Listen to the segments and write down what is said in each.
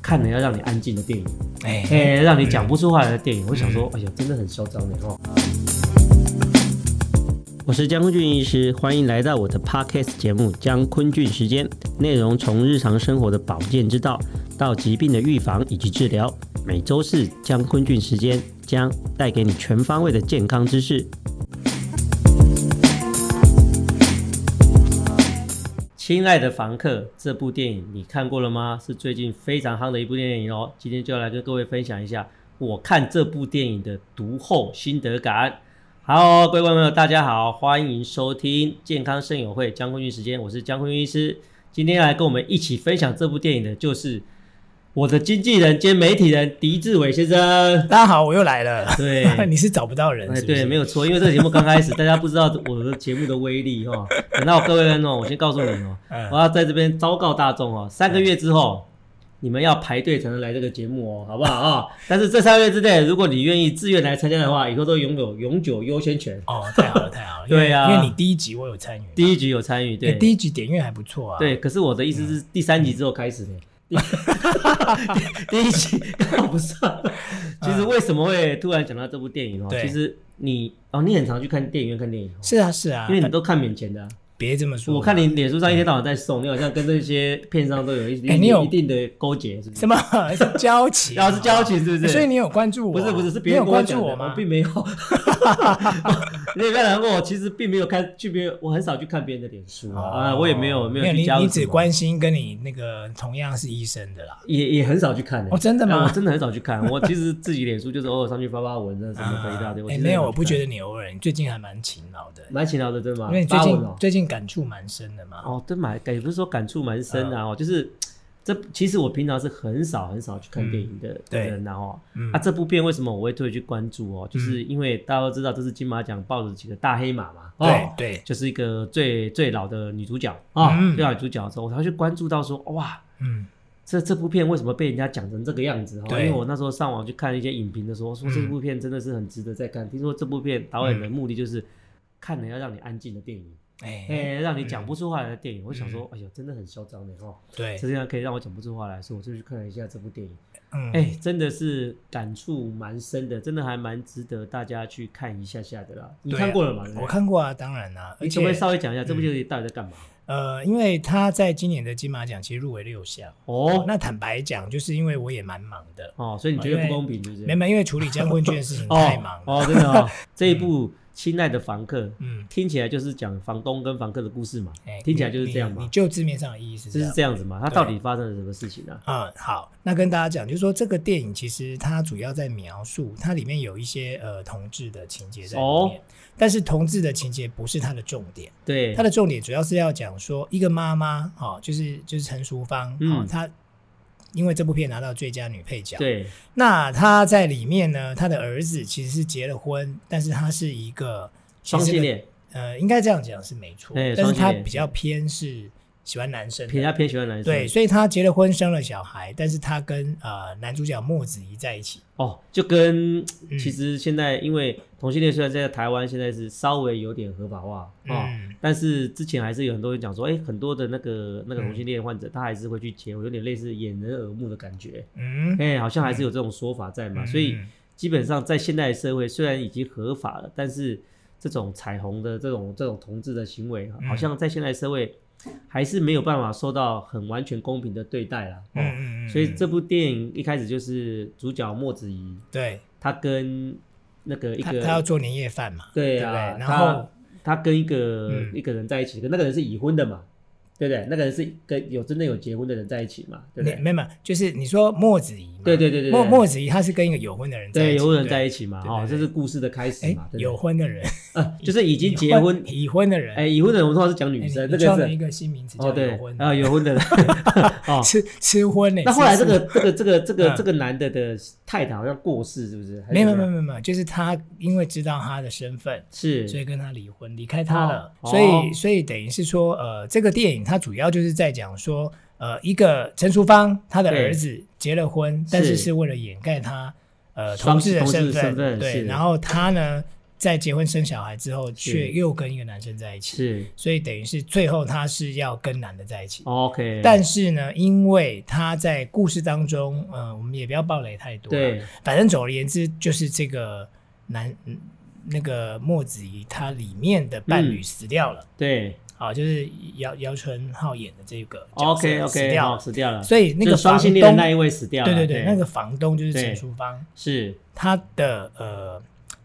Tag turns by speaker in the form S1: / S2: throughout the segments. S1: 看了要让你安静的电影，
S2: 哎、
S1: 哎、让你讲不出话来的电影。我想说，哎呀，真的很嚣张的哦。我是江坤俊医师，欢迎来到我的 podcast 节目《江坤俊时间》，内容从日常生活的保健之道到疾病的预防以及治疗。每周四江坤俊时间将带给你全方位的健康知识。亲爱的房客，这部电影你看过了吗？是最近非常夯的一部电影哦。今天就来跟各位分享一下我看这部电影的读后心得感。Hello，各位观众朋友，大家好，欢迎收听健康生友会江坤俊时间，我是江坤俊医师。今天来跟我们一起分享这部电影的就是我的经纪人兼媒体人狄志伟先生。
S2: 大家好，我又来了。
S1: 对，
S2: 你是找不到人
S1: 哎，
S2: 是不是
S1: 对，没有错，因为这个节目刚开始，大家不知道我的节目的威力哦。等到各位观众，我先告诉你哦，
S2: 嗯
S1: 我要在这边昭告大众哦，三个月之后。
S2: 哎
S1: 你们要排队才能来这个节目哦，好不好啊、但是这三个月之内，如果你愿意自愿来参加的话，以后都拥有永久优先权。
S2: 哦，太好了，太好了。
S1: 对啊
S2: 因为因为你第一集我有参与嘛，
S1: 第一局有参与，对
S2: 哎，第一集点阅还不错啊。
S1: 对。可是我的意思是，第三集之后开始的。第 第一集刚好不算。其实为什么会突然讲到这部电影哦？
S2: 嗯对
S1: 其实你哦，你很常去看电影院看电影哦，
S2: 是啊，是啊，
S1: 因为你都看免钱的啊、
S2: 别这么说。
S1: 我看你脸书上一天到
S2: 啊
S1: 晚在送，你好像跟这些片商都有一
S2: 哎你有
S1: 一定的勾结，是不是
S2: 什？么 是交情，
S1: 然
S2: 啊
S1: 后哦是交情，是不是？
S2: 所以你有关注我？啊
S1: 不是不是是
S2: 你
S1: 别人
S2: 有
S1: 跟我
S2: 关
S1: 讲
S2: 注
S1: 的，
S2: 吗？
S1: 并没有。 你也不要难过，我其实并没有看，去别人，我很少去看别人的脸书
S2: 哦
S1: 啊，我也没有没有去
S2: 你
S1: 加入
S2: 你
S1: 什
S2: 只
S1: 么
S2: 关心跟你那个同样是医生的啦。
S1: 也也很少去看欸
S2: 哦真的吗
S1: 啊我真的很少去看，我其实自己脸书就是偶尔上去发发文，啊那什么的一 大堆。
S2: 哎，
S1: 其实
S2: 没有，
S1: 很少
S2: 我不
S1: 去
S2: 觉
S1: 看
S2: 得你偶尔，你最近还蛮勤劳的，
S1: 蛮勤劳的，真的吗？
S2: 因为你最
S1: 发
S2: 近
S1: 文哦
S2: 最近感触蛮深的嘛。
S1: 哦，对，蛮感也不是说感触蛮深的
S2: 嗯
S1: 啊哦，就是这其实我平常是很少很少去看电影的的
S2: 对
S1: 人啊哦，
S2: 嗯
S1: 啊，这部片为什么我会特别去关注哦？就是因为大家都知道这是金马奖抱着几个大黑马嘛，
S2: 对
S1: 哦，
S2: 对，
S1: 就是一个最最老的女主角啊，
S2: 嗯
S1: 最老的女主角的时候，我才去关注到说哇。
S2: 嗯，
S1: 这这部片为什么被人家讲成这个样子哦哈？因
S2: 对嗯
S1: 为我那时候上网去看一些影评的时候，说这部片真的是很值得再看。听说这部片导演的目的就是看了要让你安静的电影，哎、
S2: 哎，
S1: 让你讲不出话来的电影。我想
S2: 嗯
S1: 说，哎呦，真的很嚣张的哈，
S2: 对，
S1: 这样可以让我讲不出话来，所以我就去看了一下这部电影。
S2: 嗯，
S1: 哎、真的是感触蛮深的，真的还蛮值得大家去看一下下的啦。你
S2: 对啊
S1: 看过了吗？对不对
S2: 我，看过啊，当然啦、而
S1: 你可不可以
S2: 且
S1: 稍微讲一下这部电影到底在干嘛？
S2: 呃，因为他在今年的金马奖其实入围六项。
S1: 哦
S2: 那坦白讲，就是因为我也蛮忙的，
S1: 哦，所以你觉得不公平，对不对？
S2: 没没，因为处理江坤俊的事 情太忙了。
S1: 哦哦，真的 哦，这一部《亲爱的房客》
S2: 嗯，
S1: 听起来就是讲房东跟房客的故事嘛
S2: 哎，
S1: 听起来就是这样
S2: 你你
S1: 嘛
S2: 你，就字面上的意义是这
S1: 就是
S2: 样。
S1: 这样子嘛。它
S2: 对
S1: 到底发生了什么事情啊？
S2: 嗯，好，那跟大家讲，就是说这个电影其实它主要在描述，它里面有一些呃同志的情节在里
S1: 哦
S2: 面，但是同志的情节不是它的重点。
S1: 对
S2: 他，的重点主要是要讲说，一个妈妈哈、哦，就是就是陈淑芳，哦
S1: 嗯，
S2: 她因为这部片拿到最佳女配角，，
S1: 对，
S2: 那她在里面呢，她的儿子其实是结了婚，但是他是一个
S1: 双性，
S2: 其实是
S1: 恋，
S2: 个呃，应该这样讲是没错
S1: 哎，
S2: 但
S1: 双
S2: 是
S1: 性
S2: 他
S1: 恋
S2: 比较偏是喜欢男生的，
S1: 偏他偏喜欢男生，
S2: 对，所以他结了婚生了小孩，但是他跟呃男主角莫子仪在一起，
S1: 哦，就跟
S2: 嗯
S1: 其实现在因为同性恋虽然在台湾现在是稍微有点合法化哦，
S2: 嗯
S1: 但是之前还是有很多人讲说，哎，很多的那个那个同性恋患者他还是会去结婚，有点类似掩人耳目的感觉，
S2: 嗯，
S1: 哎，好像还是有这种说法在嘛，
S2: 嗯
S1: 所以。
S2: 嗯
S1: 基本上在现代的社会，虽然已经合法了，但是这种彩虹的这种这种同志的行为，
S2: 嗯
S1: 好像在现代社会还是没有办法受到很完全公平的对待啦。哦
S2: 嗯嗯嗯，
S1: 所以这
S2: 嗯
S1: 部电影一开始就是主角莫子仪，
S2: 对
S1: 他跟那个一
S2: 他
S1: 个
S2: 他要做年夜饭嘛，
S1: 对
S2: 不
S1: 啊，
S2: 对？然
S1: 他
S2: 后
S1: 他跟一个、
S2: 嗯
S1: 一个人在一起，跟那个人是已婚的嘛，对不对？那个人是跟有真正有结婚的人在一起嘛，对不
S2: 没
S1: 对？
S2: 没有，就是你说墨子怡嘛，
S1: 对对对对对
S2: 墨墨子怡她是跟一个有婚的人在一
S1: 对，
S2: 起，
S1: 有人在
S2: 一
S1: 一起嘛，
S2: 对
S1: 哦，
S2: 对
S1: 这
S2: 对
S1: 是故事的开始
S2: 哎
S1: 嘛，，对不对
S2: 有婚的人
S1: 呃， 就是已经结婚
S2: 已婚的人，
S1: 哎，已婚的我们通常是讲
S2: 哎，
S1: 女
S2: 你
S1: 生，
S2: 你
S1: 这
S2: 创
S1: 个
S2: 了
S1: 是
S2: 一个新名词
S1: 哦
S2: 叫
S1: 对
S2: 有婚
S1: 啊
S2: 的人
S1: 有婚的哦。
S2: 吃吃婚呢？
S1: 那后来这
S2: 吃
S1: 个这个这个这个
S2: 嗯
S1: 这个男的的太太好像过世是不是？还是
S2: 没有没
S1: 怎
S2: 有
S1: 么样
S2: 没有没有，就是他因为知道他的身份。所
S1: 是
S2: 以跟他离婚，离开他了，
S1: 哦
S2: 所
S1: 哦
S2: 以所以等于是说，呃，这个电影它主要就是在讲说，呃，一个陈淑芳她的
S1: 对
S2: 儿子结了婚，但是
S1: 是
S2: 是为了掩盖他呃
S1: 双
S2: 同志的
S1: 同志
S2: 身
S1: 身份
S2: 对，
S1: 是
S2: 然后他呢在结婚生小孩之后，却
S1: 是
S2: 又跟一个男生在一起，
S1: 是
S2: 所以等于是最后她是要跟男的在一起。
S1: OK，
S2: 但是呢，因为她在故事当中，呃，我们也不要暴雷太多。，
S1: 对
S2: 反正总而言之，就是这个男嗯那个莫子仪，他里面的伴侣
S1: 嗯
S2: 死掉了，
S1: 对
S2: 啊，就是姚姚淳浩演的这个角色
S1: OK
S2: 死
S1: OK，
S2: 掉
S1: 好
S2: 了，
S1: 死掉了，
S2: 所以那
S1: 就
S2: 个
S1: 是双
S2: 房
S1: 性
S2: 东，
S1: 恋的那一位死掉了，
S2: 对对
S1: 对
S2: 对，，那个房东就是陈
S1: 对
S2: 淑芳，
S1: 是
S2: 他的呃，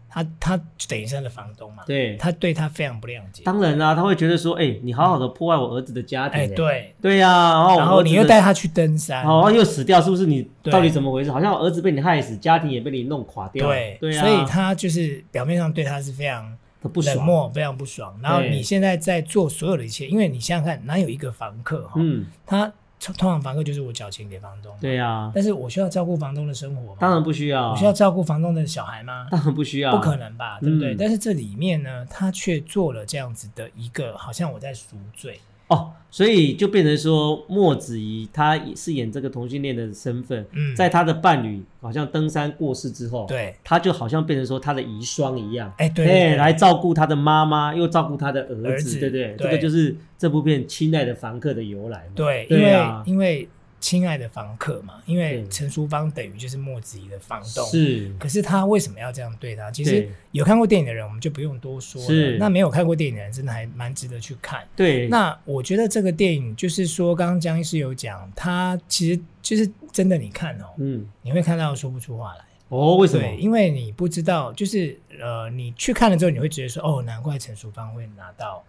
S2: 他他等于是他的房东嘛，
S1: 对，
S2: 他对他非常不谅解，
S1: 当然啦、他会觉得说，哎、你好好的破坏我儿子的家庭、欸
S2: 哎，对，
S1: 对呀、然哦后我
S2: 然后
S1: 儿子
S2: 你又
S1: 的
S2: 带他去登山，
S1: 哦，又死掉，是不是你？
S2: 对
S1: 到底怎么回事？好像我儿子被你害死，家庭也被你弄垮掉了。
S2: 对
S1: 对啊，
S2: 所以他就是表面上对他是非常。
S1: 他不
S2: 冷
S1: 爽。
S2: 漠，非常不爽。然后
S1: 对
S2: 你现在在做所有的一切，因为你想想看，哪有一个房客哈、
S1: 嗯，
S2: 他通通常房客就是我缴钱给房东，
S1: 对啊，
S2: 但是我需要照顾房东的生活吗？
S1: 当然不需要
S2: 我，需要照顾房东的小孩吗？
S1: 当然不需要，
S2: 不可能吧，对不对？
S1: 嗯
S2: 但是这里面呢，他却做了这样子的一个，好像我在赎罪，
S1: 哦。所以就变成说，莫子仪他饰演这个同性恋的身份，
S2: 嗯，
S1: 在他的伴侣好像登山过世之后，，
S2: 对，
S1: 他就好像变成说他的遗孀一样。
S2: 哎，对
S1: 哎、
S2: 对，
S1: 来照顾他的妈妈，又照顾他的儿子，
S2: 儿子
S1: 对不对？
S2: 对
S1: 这个就是这部片《亲爱的房客》的由来嘛。
S2: 对，因
S1: 对
S2: 为、
S1: 啊，
S2: 因为亲爱的房客嘛，因为
S1: 对
S2: 陈淑芳等于就是莫子仪的房东，
S1: 是
S2: 可是他为什么要这样对他？其实
S1: 对
S2: 有看过电影的人，我们就不用多说了
S1: 是。
S2: 那没有看过电影的人，真的还蛮值得去看。
S1: 对，
S2: 那我觉得这个电影就是说，刚刚江医师有讲，他其实就是真的，你看哦，
S1: 嗯，
S2: 你会看到说不出话来。
S1: 哦，为什么？
S2: 对，因为你不知道，就是呃，你去看了之后，你会觉得说，哦，难怪陈淑芳会拿到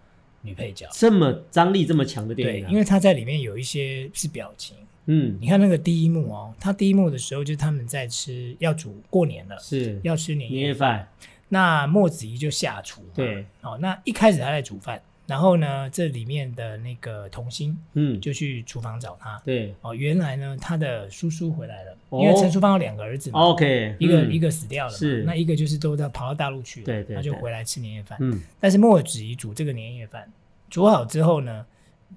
S2: 女配角。
S1: 这么张力这么强的电
S2: 对
S1: 影、啊，，
S2: 因为他在里面有一些是表情。
S1: 嗯
S2: 你看那个第一幕哦，他第一幕的时候就是他们在吃要煮过年了，
S1: 是
S2: 要吃年
S1: 年
S2: 夜
S1: 夜饭，
S2: 那莫子仪就下厨嘛，
S1: 对，
S2: 哦，那一开始他在煮饭，然后呢，这里面的那个童星
S1: 嗯，
S2: 就去厨房找他，
S1: 对
S2: 哦，原来呢，他的叔叔回来了，
S1: 哦
S2: 因为陈淑芳有两个儿子嘛，
S1: ，OK，
S2: 一个、
S1: 嗯
S2: 一个死掉了嘛，
S1: 是
S2: 那一个就是都到跑到大陆去了，
S1: 对对
S2: 他就
S1: 对
S2: 回来吃年夜饭，
S1: 嗯，
S2: 但是莫子仪煮这个年夜饭，煮好之后呢，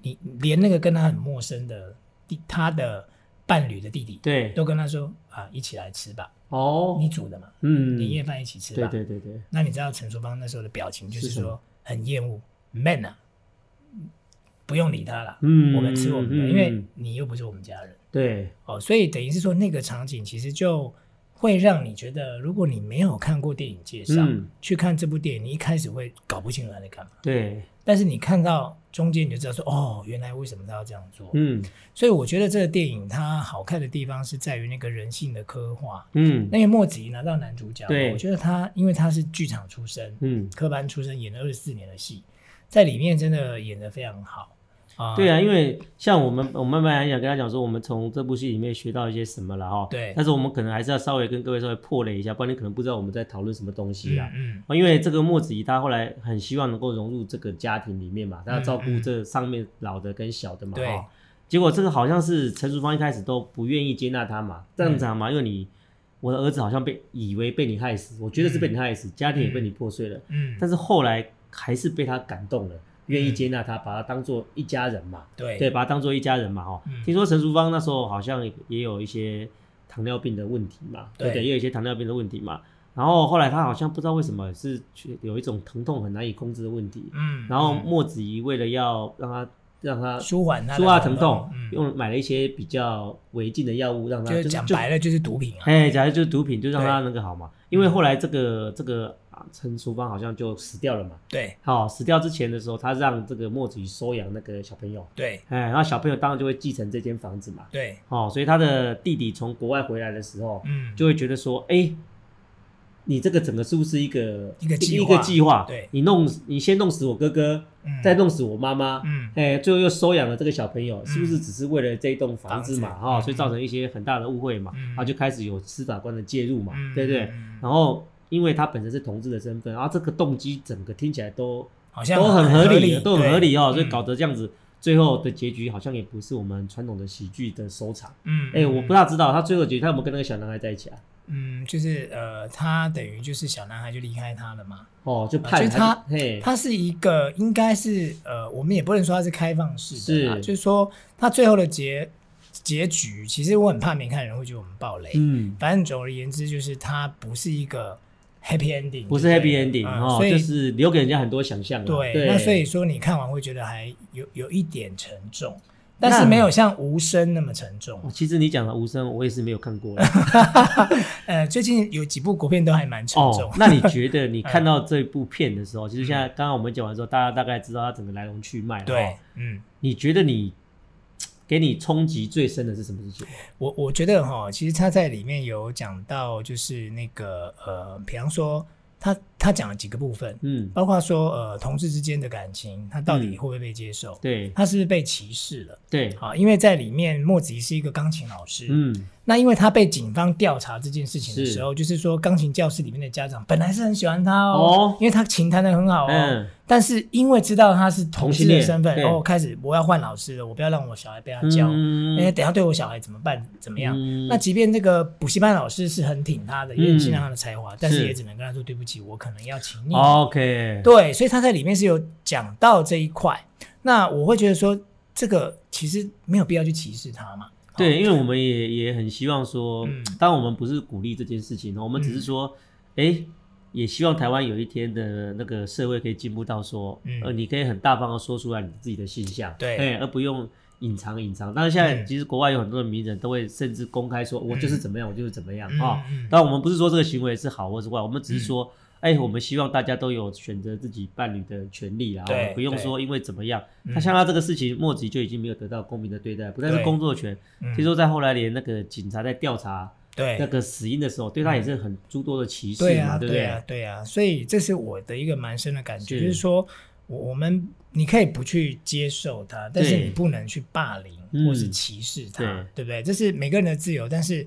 S2: 你连那个跟他很陌生的弟，他的伴侣的弟弟，
S1: 对，
S2: 都跟他说啊，一起来吃吧，
S1: 哦，
S2: 你煮的嘛，
S1: 嗯，
S2: 年夜饭一起吃吧，
S1: 对对对对，
S2: 那你知道陈淑芳那时候的表情就是
S1: 是什
S2: 说
S1: 么
S2: 很厌恶，man 啊，不用理他啦，
S1: 嗯
S2: 我们吃我们的，
S1: 嗯
S2: 因为
S1: 嗯
S2: 你又不是我们家人
S1: 对，
S2: 哦，所以等于是说那个场景其实就会让你觉得，如果你没有看过电影介绍、
S1: 嗯
S2: 去看这部电影，你一开始会搞不清楚他在干嘛，
S1: 对，
S2: 但是你看到中间你就知道说，哦，原来为什么他要这样做。
S1: 嗯
S2: 所以我觉得这个电影它好看的地方是在于那个人性的刻画。
S1: 嗯
S2: 那个莫子仪拿到男主角，
S1: 对
S2: 我觉得他因为他是剧场出身，
S1: 嗯，
S2: 科班出身，演了二十四年的戏，在里面真的演得非常好啊。
S1: 对
S2: 啊，
S1: 啊，因为像我们，我慢慢来讲，跟他讲说，我们从这部戏里面学到一些什么了哈。
S2: 对
S1: 但是我们可能还是要稍微跟各位稍微破雷一下，不然你可能不知道我们在讨论什么东西啊。
S2: 嗯
S1: 哦，因为这个墨子怡她后来很希望能够融入这个家庭里面嘛，她要照顾这上面老的跟小的嘛，
S2: 嗯对
S1: 哦结果这个好像是陈淑芳一开始都不愿意接纳她嘛，正常啊
S2: 嗯
S1: 嘛，因为你我的儿子好像被以为被你害死，我觉得是被你害死，家庭也被你破碎了，
S2: 嗯嗯，
S1: 但是后来还是被他感动了，愿意接纳他，把他当做一家人嘛，
S2: 对
S1: 对，把他当做一家人嘛，哦，
S2: 嗯
S1: 听说陈淑芳那时候好像也有一些糖尿病的问题嘛，对
S2: 对
S1: 不对，也有一些糖尿病的问题嘛。然后后来他好像不知道为什么是去有一种疼痛很难以控制的问题，
S2: 嗯，
S1: 然后
S2: 嗯
S1: 莫子仪为了要让他让他
S2: 舒缓他的
S1: 舒压疼痛，
S2: 嗯，
S1: 用买了一些比较违禁的药物让他
S2: 就是讲白了就是毒品啊。
S1: 哎，假如就是毒品，就让他那个好嘛，因为后来这个这个啊陈淑芳好像就死掉了嘛。
S2: 对
S1: 好、死掉之前的时候，他让这个墨子瑜收养那个小朋友，
S2: 对
S1: 哎，然后小朋友当然就会继承这间房子嘛。
S2: 对，
S1: 哦，所以他的弟弟从国外回来的时候，
S2: 嗯，
S1: 就会觉得说，哎、你这个整个是不是一个
S2: 一个计
S1: 一
S2: 划
S1: 个计划？
S2: 对
S1: 你弄你先弄死我哥哥，
S2: 嗯
S1: 再弄死我妈妈，
S2: 嗯
S1: 哎，最后又收养了这个小朋友，是不是只是为了这一栋房子嘛？
S2: 房子
S1: 哈、
S2: 嗯
S1: 所以造成一些很大的误会嘛，
S2: 嗯
S1: 然后就开始有司法官的介入嘛，
S2: 嗯
S1: 对不对？
S2: 嗯
S1: 然后因为他本身是同志的身份，然后这个动机整个听起来都
S2: 好像
S1: 都很合
S2: 合
S1: 理，都很合理哦，
S2: 对嗯
S1: 所以搞得这样子。最后的结局好像也不是我们传统的喜剧的收场。
S2: 嗯，
S1: 哎、我不大知道他最后结局他有没有跟那个小男孩在一起啊？
S2: 嗯，就是呃，他等于就是小男孩就离开他了嘛。
S1: 哦，就判
S2: 就是啊他
S1: 嘿，
S2: 他是一个应该是呃，我们也不能说他是开放式的啦，
S1: 是
S2: 就是说他最后的结结局，其实我很怕没看的人会觉得我们暴雷。
S1: 嗯，
S2: 反正总而言之，就是他不是一个 happy ending，
S1: 不是
S2: 对
S1: happy ending
S2: 嗯
S1: 哦，
S2: 所以
S1: 就是留给人家很多想象啊。
S2: 对，
S1: 对，
S2: 那所以说你看完会觉得还有有一点沉重，但是没有像无声那么沉 重
S1: 哦。其实你讲的无声，我也是没有看过啦。
S2: 呃，最近有几部国片都还蛮沉重嗯
S1: 哦，，那你觉得你看到这部片的时候，就是现在刚刚我们讲完之后，大家大概知道它整个来龙去脉了。
S2: 对
S1: 哦，，
S2: 嗯，
S1: 你觉得你给你冲击最深的是什么事情？
S2: 我我觉得哈，其实他在里面有讲到，就是那个呃，比方说他他讲了几个部分，
S1: 嗯，
S2: 包括说呃，同志之间的感情，他到底
S1: 嗯
S2: 会不会被接受？
S1: 对
S2: 他是不是被歧视了？
S1: 对，
S2: 啊，因为在里面莫子仪是一个钢琴老师，
S1: 嗯
S2: 那因为他被警方调查这件事情的时候，就是说钢琴教室里面的家长本来是很喜欢他哦，
S1: 哦
S2: 因为他琴弹得很好哦，
S1: 嗯
S2: 但是因为知道他是同志的
S1: 同性
S2: 身份，
S1: 恋对
S2: 哦，开始我要换老师了，我不要让我小孩被他教，因为
S1: 嗯，
S2: 等一下对我小孩怎么办怎么样？
S1: 嗯
S2: 那即便这个补习班老师是很挺他的，也很欣赏他的才华，但是
S1: 是哦
S2: 也只能跟他说对不起，我可能要请你。
S1: OK，
S2: 对，所以他在里面是有讲到这一块。那我会觉得说，这个其实没有必要去歧视他嘛。哦
S1: 对，因为我们也也很希望说
S2: 嗯，
S1: 当然我们不是鼓励这件事情，我们只是说，哎，也希望台湾有一天的那个社会可以进步到说
S2: 嗯，
S1: 呃，你可以很大方的说出来你自己的性向，
S2: 对
S1: 哎而不用隐藏隐藏。但是现在
S2: 嗯
S1: 其实国外有很多的名人都会甚至公开说，我就是怎么样，我就是怎么样
S2: 嗯
S1: 啊
S2: 嗯。
S1: 当然我们不是说这个行为是好或是坏，我们只是说，哎，我们希望大家都有选择自己伴侣的权利啦，哦
S2: 对
S1: 不用
S2: 对
S1: 说因为怎么样。
S2: 嗯
S1: 他像他这个事情，莫吉就已经没有得到公平的对待，不但是
S2: 对
S1: 工作权。
S2: 嗯
S1: 听说在后来连那个警察在调查
S2: 对嗯
S1: 那个死因的时候，对他也是很诸多的歧视
S2: 对
S1: 嘛，
S2: 啊，
S1: 对不
S2: 对
S1: 对
S2: 啊？，对啊，所以这是我的一个蛮深的感觉，
S1: 是
S2: 就是说我我们你可以不去接受它，但是
S1: 对
S2: 你不能去霸凌
S1: 嗯
S2: 或是歧视它，
S1: 对
S2: 对不对？这是每个人的自由，但是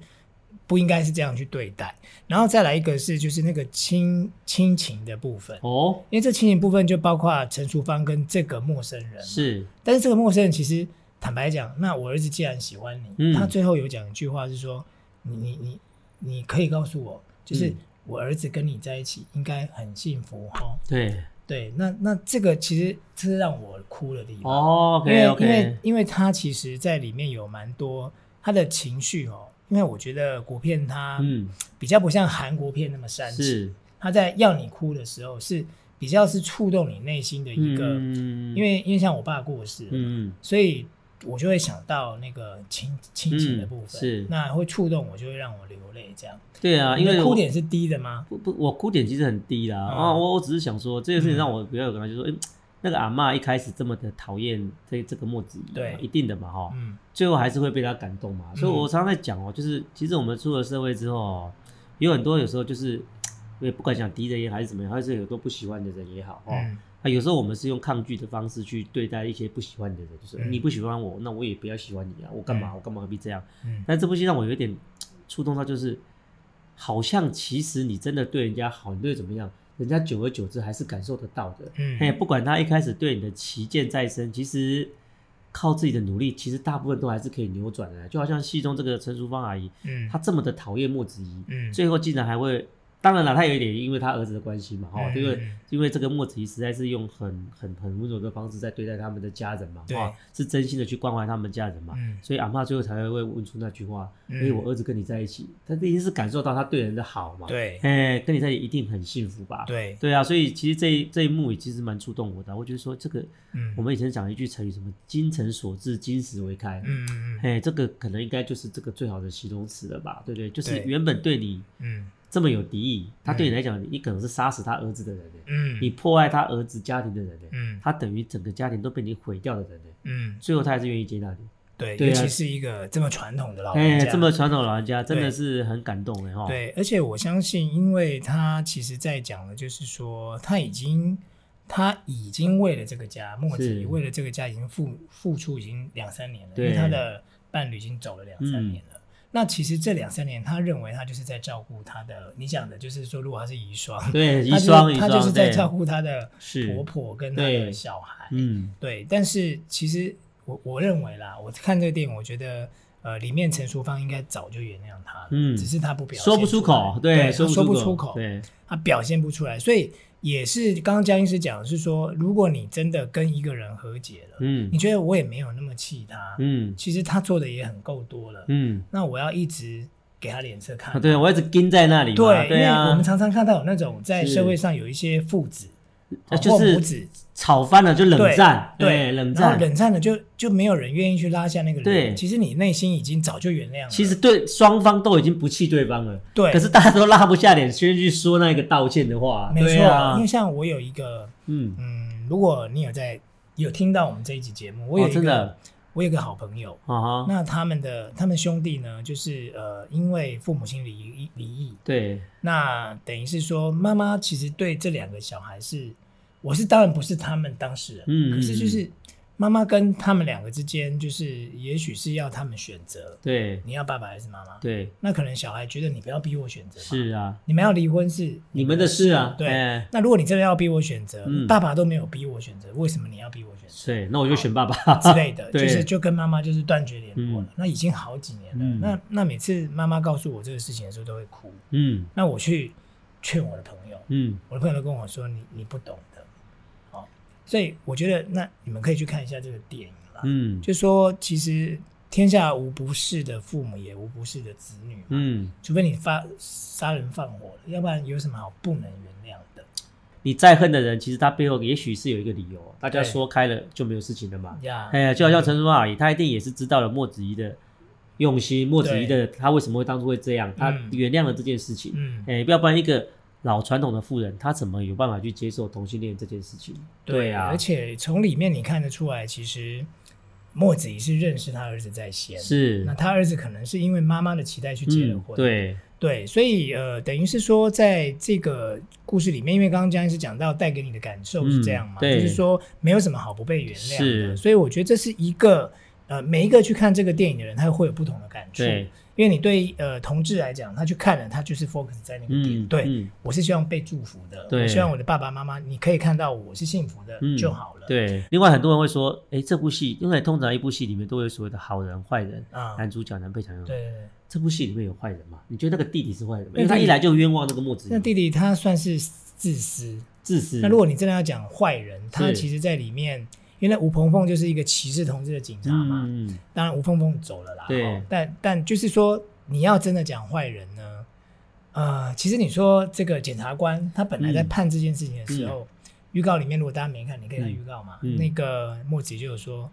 S2: 不应该是这样去对待。然后再来一个是就是那个亲亲情的部分。
S1: 哦，
S2: 因为这亲情部分就包括陈淑芳跟这个陌生人，
S1: 是，
S2: 但是这个陌生人其实坦白讲，那我儿子既然喜欢你，
S1: 嗯
S2: 他最后有讲一句话是说，你你你你可以告诉我，就是
S1: 嗯
S2: 我儿子跟你在一起应该很幸福哈、哦。
S1: 对，
S2: 对，那那这个其实这是让我哭的地方，
S1: 哦
S2: 因为
S1: ，OK
S2: 因为
S1: OK，
S2: 因为他其实在里面有蛮多他的情绪哦，因为我觉得国片它
S1: 嗯，
S2: 比较不像韩国片那么煽情，
S1: 是，
S2: 他在要你哭的时候是比较是触动你内心的一个，
S1: 嗯，
S2: 因为因为像我爸过世了嘛，
S1: 嗯，
S2: 所以我就会想到那个亲亲情的部
S1: 嗯
S2: 分，
S1: 是
S2: 那会触动我，就会让我流泪这样。
S1: 对啊，因
S2: 你
S1: 为
S2: 的哭
S1: 我
S2: 点是低的吗？
S1: 不不，我哭点其实很低啦。
S2: 嗯
S1: 啊，我我只是想说这件事情让我比较有感觉，就是说，哎，那个阿嬷一开始这么的讨厌这这个墨子怡嘛，
S2: 对
S1: 一定的嘛，哈，
S2: 嗯
S1: 最后还是会被他感动嘛。所以我常常在讲哦，就是其实我们出了社会之后哦，有很多有时候就是，也不管讲敌人也好还是怎么样，还是有很多不喜欢的人也好哦。
S2: 嗯
S1: 那有时候我们是用抗拒的方式去对待一些不喜欢的人，就是、
S2: 嗯
S1: 你不喜欢我，那我也不要喜欢你啊，我干嘛、我干嘛何必这样？
S2: 嗯，
S1: 但这部戏让我有一点触动到，就是好像其实你真的对人家好，你对怎么样，人家久而久之还是感受得到的。
S2: 嗯
S1: 哎，不管他一开始对你的旗舰在身，其实靠自己的努力，其实大部分都还是可以扭转的。就好像戏中这个陈淑芳阿姨，
S2: 嗯
S1: 她这么的讨厌莫子仪，
S2: 嗯
S1: 最后竟然还会，当然了，她有一点因为她儿子的关系嘛，哈、
S2: 嗯
S1: 因为
S2: 嗯
S1: 因为这个莫子仪实在是用很很很温柔的方式在对待他们的家人嘛，
S2: 对
S1: 哈，是真心的去关怀他们家人嘛。
S2: 嗯
S1: 所以阿嬷最后才会问出那句话：“因
S2: 嗯
S1: 为我儿子跟你在一起，他一定是感受到他对人的好嘛。”，
S2: 对
S1: 哎，跟你在一起一定很幸福吧？
S2: 对
S1: 对啊，所以其实这一这一幕也其实蛮触动我的啊。我觉得说这个，
S2: 嗯
S1: 我们以前讲一句成语，什么“精诚所至，金石为开”，
S2: 嗯嗯嗯
S1: 哎，这个可能应该就是这个最好的形容词了吧？对不对？就是
S2: 对
S1: 原本对你
S2: 嗯
S1: 这么有敌意，他对你来讲，你可能是杀死他儿子的人呢，
S2: 嗯
S1: 你破坏他儿子家庭的人呢，
S2: 嗯
S1: 他等于整个家庭都被你毁掉的人呢，
S2: 嗯
S1: 最后他还是愿意接纳你。
S2: 对，
S1: 对啊
S2: 尤其是一个这么传统的老人
S1: 哎，
S2: 家，
S1: 这么传统老人家真的
S2: 对
S1: 是很感动哎哈。吼，
S2: 对，而且我相信，因为他其实在讲的就是说，他已经他已经为了这个家，墨子
S1: 是
S2: 怡为了这个家已经付付出已经两三年了，因
S1: 对嗯
S2: 为他的伴侣已经走了两三年了。那其实这两三年，他认为他就是在照顾他的，你讲的就是说，如果他是遗孀，
S1: 对，遗
S2: 他就是
S1: 孀遗
S2: 他就是
S1: 孀，
S2: 在
S1: 对，
S2: 照顾他的
S1: 是
S2: 婆婆跟他的
S1: 对
S2: 小孩。
S1: 嗯，
S2: 对，但是其实我我认为啦，我看这个电影，我觉得呃，里面陈淑芳应该早就原谅他了，
S1: 嗯
S2: 只是他不表现
S1: 说不出口
S2: 来，
S1: 对，
S2: 对，
S1: 说
S2: 他说
S1: 不
S2: 不
S1: 出
S2: 出
S1: 口，
S2: 口，
S1: 对，
S2: 他表现不出来，所以也是刚刚江医师讲的是说，如果你真的跟一个人和解了，
S1: 嗯
S2: 你觉得我也没有那么气他，
S1: 嗯
S2: 其实他做的也很够多了，
S1: 嗯，
S2: 那我要一直给他脸色看
S1: 啊，。对我一直盯在那里嘛，
S2: 对，因
S1: 对
S2: 为我
S1: 啊
S2: 们，常常看到有那种在
S1: 是
S2: 社会上有一些父子
S1: 啊
S2: 哦
S1: 就
S2: 或母
S1: 是
S2: 子
S1: 吵翻了就冷战，哎
S2: 对
S1: 冷
S2: 然后
S1: 战。
S2: 冷战了就就没有人愿意去拉下那个人。
S1: 对
S2: 其实你内心已经早就原谅了。
S1: 其实对双方都已经不气对方了，
S2: 对
S1: 可是大家都拉不下脸先去说那个道歉的话，
S2: 没
S1: 对
S2: 错，
S1: 啊
S2: 因为，像我有一个，
S1: 嗯，
S2: 嗯，如果你有在有听到我们这一集节目，我有
S1: 哦
S2: 一
S1: 真
S2: 个、
S1: 的
S2: 我有一个好朋友，
S1: 啊哈，
S2: 那他们的他们兄弟呢，就是呃，因为父母亲离异离异，
S1: 对，
S2: 那等于是说妈妈其实对这两个小孩是，我是当然不是他们当事人，
S1: 嗯
S2: 可是
S1: 嗯
S2: 就
S1: 嗯
S2: 是妈妈跟他们两个之间，就是也许是要他们选择，
S1: 对，
S2: 你要爸爸还是妈妈？
S1: 对，
S2: 那可能小孩觉得你不要逼我选择，，
S1: 是啊，
S2: 你们要离婚是
S1: 你们的事啊，
S2: 对。
S1: 哎
S2: 那如果你真的要逼我选择，
S1: 嗯
S2: 爸爸都没有逼我选择，为什么你要逼我选择
S1: 对，那我就选爸爸
S2: 之类的？就
S1: 啊对
S2: 是就跟妈妈就是断绝联络了。
S1: 嗯
S2: 那已经好几年了。
S1: 嗯
S2: 那那每次妈妈告诉我这个事情的时候，都会哭。
S1: 嗯
S2: 那我去劝我的朋友，
S1: 嗯，
S2: 我的朋友都跟我说你你不懂的，哦，所以我觉得那你们可以去看一下这个电影啦。
S1: 嗯
S2: 就说其实天下无不是的父母，也无不是的子女嘛。
S1: 嗯，
S2: 除非你发杀人放火了，要不然有什么好不能原谅的
S1: 你再恨的人，其实他背后也许是有一个理由，大家
S2: 对
S1: 说开了就没有事情了嘛。
S2: 呀？
S1: 哎呀，就好像陈淑桦阿姨，她一定也是知道了莫子仪的用心，莫子仪的她为什么会当初会这样，她
S2: 嗯
S1: 原谅了这件事情。
S2: 嗯，
S1: 哎、要不然一个老传统的妇人，她怎么有办法去接受同性恋这件事情？对啊，
S2: 而且从里面你看得出来，其实墨子怡是认识他儿子在先，
S1: 是
S2: 那他儿子可能是因为妈妈的期待去结了
S1: 嗯
S2: 婚，
S1: 对
S2: 对，所以呃，等于是说，在这个故事里面，因为刚刚江医师讲到带给你的感受是这样嘛
S1: 嗯，对
S2: 就是说没有什么好不被原谅
S1: 是
S2: 的，所以我觉得这是一个呃，每一个去看这个电影的人，他会有不同的感触。
S1: 对，
S2: 因为你对呃同志来讲，他去看了，他就是 focus 在那个点。
S1: 嗯
S2: 对、
S1: 嗯
S2: 我是希望被祝福的，
S1: 对
S2: 我希望我的爸爸妈妈，你可以看到我是幸福的、
S1: 嗯
S2: 就好了。
S1: 对。另外很多人会说，哎、这部戏，因为通常一部戏里面都会有所谓的好人、坏人、
S2: 啊，对
S1: 男主角、男配角。
S2: 对对，
S1: 这部戏里面有坏人嘛？你觉得那个弟弟是坏人吗？因
S2: 那
S1: 为他
S2: 弟
S1: 一
S2: 弟
S1: 来就冤枉那个墨子
S2: 那弟
S1: 弟
S2: 弟他算是自私，
S1: 自私。
S2: 那如果你真的要讲坏人，他
S1: 是
S2: 其实在里面，因为那吴鹏凤就是一个歧视同志的警察嘛。
S1: 嗯，嗯
S2: 当然吴鹏凤走了啦，
S1: 对
S2: 哦但但就是说，你要真的讲坏人呢，呃，其实你说这个检察官他本来在
S1: 嗯
S2: 判这件事情的时候，预告里面如果大家没看，你可以看预告嘛。
S1: 嗯嗯
S2: 那个莫子就有说。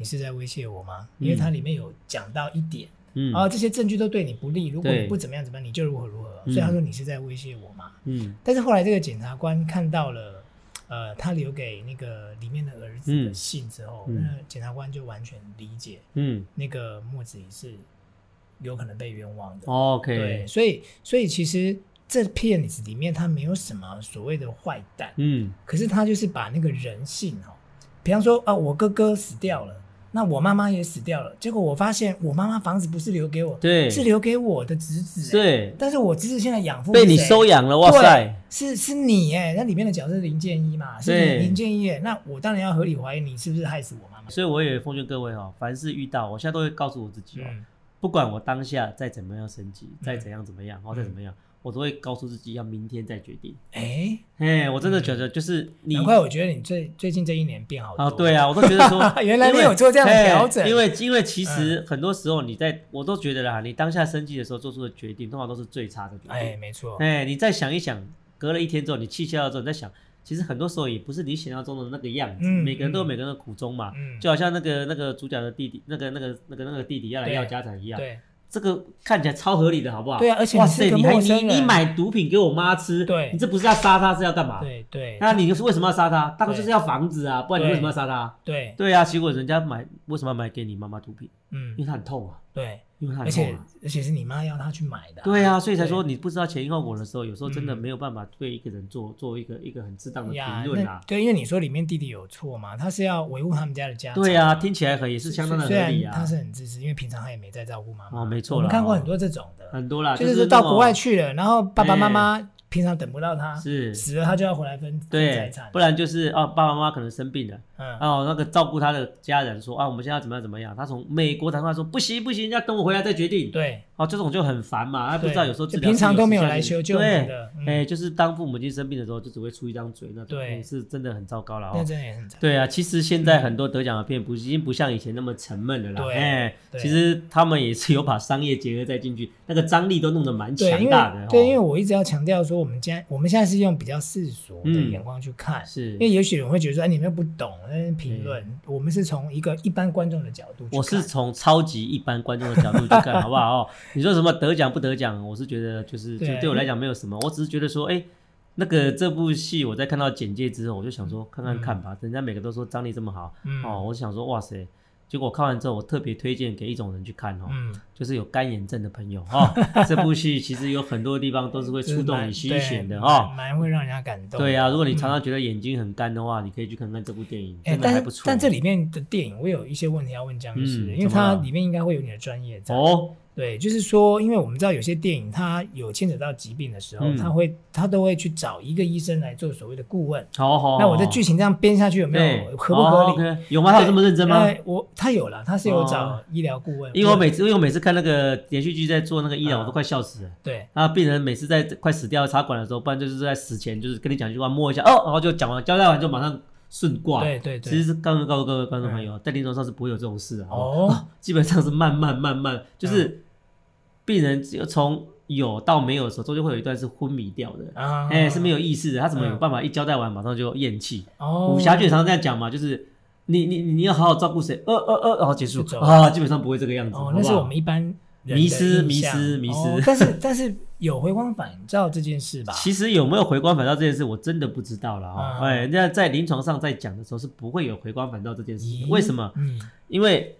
S2: 你是在威胁我吗？
S1: 嗯
S2: 因为它里面有讲到一点，
S1: 嗯，
S2: 啊、这些证据都对你不利，如果
S1: 对
S2: 你不怎么样怎么样，你就如何如何。
S1: 嗯
S2: 所以他说你是在威胁我嘛。
S1: 嗯
S2: 但是后来这个检察官看到了，呃，他留给那个里面的儿子的信之后，
S1: 嗯嗯
S2: 那个检察官就完全理解
S1: 嗯
S2: 那个墨子怡是有可能被冤枉的。
S1: 哦
S2: 对，
S1: ，OK，
S2: 所以所以其实这片子里面他没有什么所谓的坏蛋，
S1: 嗯
S2: 可是他就是把那个人性哦，比方说啊，我哥哥死掉了。那我妈妈也死掉了，结果我发现我妈妈房子不是留给我，
S1: 对
S2: 是留给我的侄子、欸。
S1: 对，
S2: 但是我侄子现在养父
S1: 被
S2: 是
S1: 你
S2: 谁
S1: 收养了，哇
S2: 对
S1: 塞，，
S2: 是是你哎，那里面的角色是林建一嘛，是
S1: 对嗯
S2: 你林建一哎，那我当然要合理怀疑你是不是害死我妈妈。
S1: 所以我也奉劝各位哦，凡是遇到，我现在都会告诉我自己哦，
S2: 嗯，
S1: 不管我当下再怎么样升级，再
S2: 嗯
S1: 怎样怎么样，哦，再怎么样，我都会告诉自己要明天再决定。
S2: 哎，
S1: 哎，我真的觉得就是你
S2: 难怪我觉得你最最近这一年变好多
S1: 啊，对，啊，我都觉得说
S2: 原来
S1: 因为
S2: 你有做这样的
S1: 哎
S2: 调整
S1: 因为因为其实很多时候你在，我都觉得啦，你当下生气的时候做出的决定，通常都是最差的决
S2: 哎，
S1: 定。
S2: 没错，
S1: 哎，你再想一想，隔了一天之后，你气消了之后，你再想，其实很多时候也不是你想象中的那个样子，
S2: 嗯
S1: 每个人都有
S2: 嗯
S1: 每个人的苦衷嘛。
S2: 嗯，
S1: 就好像那个那个主角的弟弟，那个那个那个那个弟弟要来
S2: 对啊
S1: 要家产一样，
S2: 对
S1: 这个看起来超合理的，好不好？
S2: 对啊而且
S1: 哇
S2: 你是
S1: 塞，
S2: 个
S1: 你还
S2: 陌
S1: 你
S2: 生
S1: 你
S2: 人
S1: 买毒品给我妈吃，
S2: 对
S1: 你这不是要杀她是要干嘛？
S2: 对
S1: 啊
S2: 对
S1: 那你是为什么要杀她？当然就是
S2: 对
S1: 要防止啊，不然你为
S2: 对
S1: 什么要杀她？
S2: 对，
S1: 对啊，结果人家买为什么要买给你妈妈毒品？因为
S2: 嗯
S1: 她很痛啊，
S2: 对，
S1: 因为她
S2: 而
S1: 很
S2: 且
S1: 痛啊。
S2: 而且是你妈要他去买的，
S1: 对啊，所以才
S2: 对
S1: 说你不知道前因后果的时候，有时候真的
S2: 嗯
S1: 没有办法对一个人做做一个一个很适当的
S2: 呀
S1: 评，论
S2: 那
S1: 啊。
S2: 对，因为你说里面弟弟有错嘛，他是要维护他们家的家产，
S1: 对啊，听起来很也是相当的合
S2: 虽
S1: 理
S2: 然
S1: 啊
S2: 他，是很自私，因为平常他也没在照顾妈妈，
S1: 哦没错
S2: 我们
S1: 啦
S2: 看过
S1: 哦
S2: 很多这种的，
S1: 很多啦，
S2: 就是
S1: 啊是
S2: 说到
S1: 那
S2: 国外
S1: 种哎
S2: 去了，然后爸爸妈妈平常等不到他，
S1: 是
S2: 死了他就要回来分分
S1: 对
S2: 财产，
S1: 不然就是哦，爸爸妈妈可能生病了，
S2: 嗯，
S1: 哦，那个照顾他的家人说啊，我们现在要怎么样怎么样，他从美国打电话说不行不行，要等我回来再决定。
S2: 对
S1: 哦，这种就很烦嘛，啊，不知道有时候治
S2: 就
S1: 疗
S2: 平常
S1: 师
S2: 都没
S1: 有时
S2: 有
S1: 间
S2: 来
S1: 给
S2: 求
S1: 你
S2: 救你
S1: 对，
S2: 的，嗯
S1: 哎、就是当父母亲生病的时候，就只会出一张嘴那种，
S2: 对
S1: 哎是真的很糟糕了
S2: 那
S1: 哦。
S2: 真的也很惨。
S1: 对啊，其实现在很多得奖的片不已经不像以前那么沉闷了啦，
S2: 对
S1: 哎、
S2: 对
S1: 其实他们也是有把商业结合在进去，那个张力都弄得蛮
S2: 对，因
S1: 强
S2: 为
S1: 大的、哦。
S2: 对，因为我一直要强调说，我们今天我们现在是用比较世俗的眼光去看，
S1: 是
S2: 因为也许有人会觉得说，哎，你们又不懂，那评论，我们是从一个一般观众的角度去看，
S1: 我是从超级一般观众的角度去 看，好不好、哦？你说什么得奖不得奖，我是觉得就是就
S2: 对嗯
S1: 对我来讲没有什么，我只是觉得说，哎、那个这部戏我在看到简介之后，我就想说看看看吧，人家每个都说张力这么好，
S2: 嗯
S1: 哦，我想说哇塞，结果看完之后，我特别推荐给一种人去看哦，
S2: 嗯，
S1: 就是有干眼症的朋友 哈、哦，这部戏其实有很多地方都是会
S2: 就是
S1: 触动
S2: 蛮
S1: 你心弦的
S2: 对
S1: 哈、
S2: 蛮蛮会让人家感动。嗯
S1: 对啊呀、如果你常常觉得眼睛很干的话，你可以去看看这部电影，
S2: 哎、
S1: 真的还
S2: 但
S1: 不错。
S2: 但这里面的电影，我有一些问题要问僵尸，
S1: 嗯
S2: 因为
S1: 怎么
S2: 它
S1: 了
S2: 里面应该会有你的专业在。
S1: 哦，
S2: 对，就是说，因为我们知道有些电影它有牵扯到疾病的时候，
S1: 嗯
S2: 它会它都会去找一个医生来做所谓的顾问。
S1: 好好好，
S2: 那我的剧情这样编下去有没
S1: 哦对
S2: 有合不合理？
S1: 哦？OK 有吗？他有这么认真吗？
S2: 哎我他有了，他是有找
S1: 哦
S2: 医疗顾问，
S1: 因为我每次，因为我每次看那个连续剧在做那个医疗，
S2: 嗯
S1: 我都快笑死了。
S2: 对
S1: 然后病人每次在快死掉插管的时候，不然就是在死前，就是跟你讲一句话，摸一下哦，然后就讲完交代完就马上顺挂。
S2: 对对
S1: 其
S2: 对，
S1: 实是刚刚告诉各位观众朋友，在临床上是不会有这种事的哦，
S2: 哦，嗯
S1: 基本上是慢慢慢慢，就是病人只有从有到没有的时候，中间会有一段是昏迷掉的，
S2: 啊，
S1: 哎、是没有意识的，他怎么有
S2: 嗯
S1: 办法一交代完马上就咽气？
S2: 哦，
S1: 武侠剧常常这样讲嘛，就是你你你要好好照顾谁，呃呃呃，然后结束
S2: 就走了
S1: 啊，基本上不会这个样子，
S2: 哦
S1: 好，不
S2: 那是
S1: 好
S2: 我们一般人的
S1: 迷失
S2: 印象
S1: 迷失迷失
S2: 哦但是但是有回光返照这件事吧？
S1: 其实有没有回光返照这件事，我真的不知道了哈、
S2: 嗯
S1: 哎，那在临床上在讲的时候是不会有回光返照这件事情的。
S2: 咦
S1: 为什么？
S2: 嗯，
S1: 因为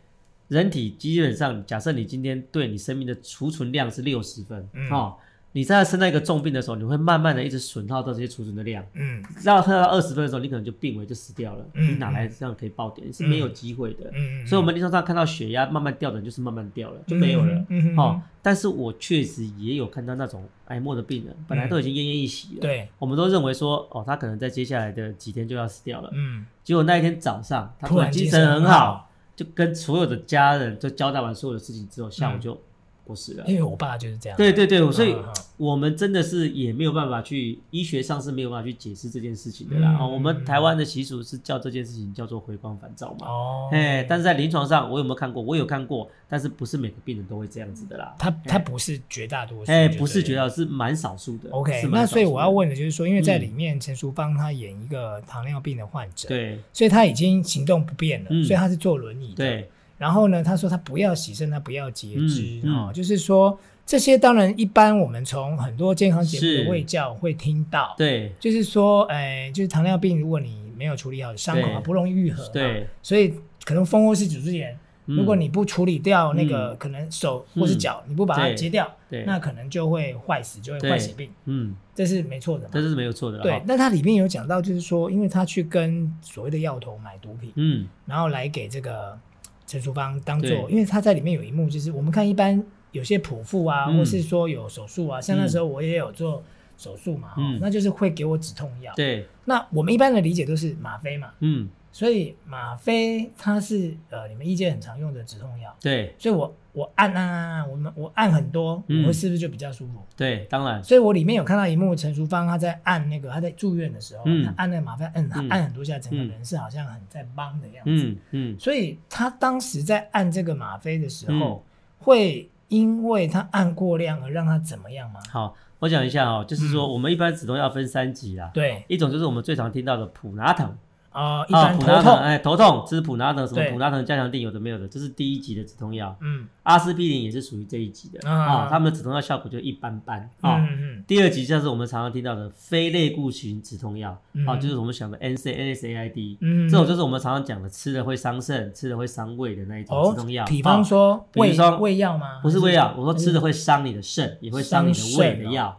S1: 人体基本上，假设你今天对你生命的储存量是六十分，
S2: 嗯
S1: 哦，你在生到一个重病的时候，你会慢慢的一直损耗到这些储存的量。
S2: 嗯
S1: 到到二十分的时候，你可能就病危就死掉了。
S2: 嗯
S1: 你哪来这样可以爆点？是没有机会的。
S2: 嗯，
S1: 所以，我们临床上看到血压慢慢掉的人，就是慢慢掉了，就没有了。
S2: 嗯，
S1: 哦，但是我确实也有看到那种癌末的病人，本来都已经奄奄一息了，，
S2: 对，
S1: 我们都认为说，哦，他可能在接下来的几天就要死掉了。
S2: 嗯，
S1: 结果那一天早上，他
S2: 突然
S1: 精
S2: 精
S1: 神
S2: 神
S1: 很
S2: 很
S1: 好
S2: 好，
S1: 就跟所有的家人就交代完所有的事情之后，下午
S2: 嗯
S1: 就过世了。
S2: 因为我爸就是这样，
S1: 对对对，所以
S2: 嗯嗯
S1: 我们真的是也没有办法去医学上是没有办法去解释这件事情的啦。
S2: 嗯
S1: 哦，我们台湾的习俗是叫这件事情叫做回光返照嘛。
S2: 哦，
S1: 哎，但是在临床上，我有没有看过？我有看过，但是不是每个病人都会这样子的啦。
S2: 他他不是绝大多数，
S1: 哎、
S2: 就
S1: 不是
S2: 对
S1: 绝
S2: 了。
S1: 得是蛮少数的。
S2: OK，
S1: 是蛮
S2: 那
S1: 少
S2: 所以
S1: 数
S2: 我
S1: 的
S2: 要，问的就是说，因为在
S1: 嗯
S2: 里面陈淑芳她演一个糖尿病的患者，，
S1: 对
S2: 所以她已经行动不便了，
S1: 嗯
S2: 所以她是坐轮椅的。
S1: 对，
S2: 然后呢，他说他不要洗肾，他不要截肢
S1: 嗯嗯
S2: 哦，就是说这些当然一般我们从很多健康节目
S1: 是
S2: 的卫教会听到，
S1: 对
S2: 就是说，哎，就是糖尿病，如果你没有处理好伤口
S1: 对
S2: 啊，不容易愈合嘛，
S1: 对，
S2: 所以可能蜂窝性组织炎，
S1: 嗯
S2: 如果你不处理掉那个
S1: 嗯
S2: 可能手或是脚，你不把它
S1: 对
S2: 截掉
S1: 对，
S2: 那可能就会坏死，就会
S1: 对
S2: 坏血病，
S1: 嗯，
S2: 这是没错的嘛。
S1: 这是没有错的啦。
S2: 对
S1: 哈，
S2: 那它里面有讲到，就是说，因为他去跟所谓的药头买毒品，
S1: 嗯，
S2: 然后来给这个陈淑芳当做
S1: 对，
S2: 因为她在里面有一幕，就是我们看一般有些剖腹啊，
S1: 嗯
S2: 或是说有手术啊，像那时候我也有做手术嘛，
S1: 嗯
S2: 哦那就是会给我止痛药。
S1: 对，
S2: 那我们一般的理解都是吗啡嘛，
S1: 嗯，
S2: 所以吗啡它是呃你们医界很常用的止痛药，
S1: 对
S2: 所以我我按按按按，我们我按很多，
S1: 嗯
S2: 我是不是就比较舒服？
S1: 对，当然，
S2: 所以我里面有看到一幕，陈淑芳她在按那个，她在住院的时候，
S1: 嗯
S2: 她按那个吗啡，按
S1: 嗯
S2: 按很多下，整个
S1: 嗯
S2: 人是好像很在帮的样子。
S1: 嗯嗯，
S2: 所以他当时在按这个吗啡的时候，会因为他按过量而让他怎么样吗？
S1: 好，我讲一下哦，就是说
S2: 嗯
S1: 我们一般止痛药分三级啦。
S2: 对，
S1: 一种就是我们最常听到的普拿疼，
S2: 啊、一
S1: 啊，
S2: 般
S1: 普
S2: 头
S1: 拿疼，
S2: 痛，
S1: 哎，头痛，这是普拿疼，什么
S2: 对
S1: 普拿疼加强定有的没有的，这是第一级的止痛药。
S2: 嗯
S1: 阿司匹林也是属于这一级的
S2: 啊
S1: 啊，他们的止痛药效果就一般般啊。
S2: 嗯嗯
S1: 第二级像是我们常常听到的非类固醇止痛药、
S2: 嗯
S1: 啊，就是我们想的 N C N S A I D，、
S2: 嗯，
S1: 这种就是我们常常讲的吃了会伤肾、吃了会伤胃的那一种
S2: 哦
S1: 止痛药。，
S2: 比方
S1: 啊、
S2: 说
S1: 比如
S2: 胃
S1: 说
S2: 胃药吗？
S1: 不是胃药，我说吃了
S2: 会
S1: 会伤你的肾，也会伤你的胃的药。啊。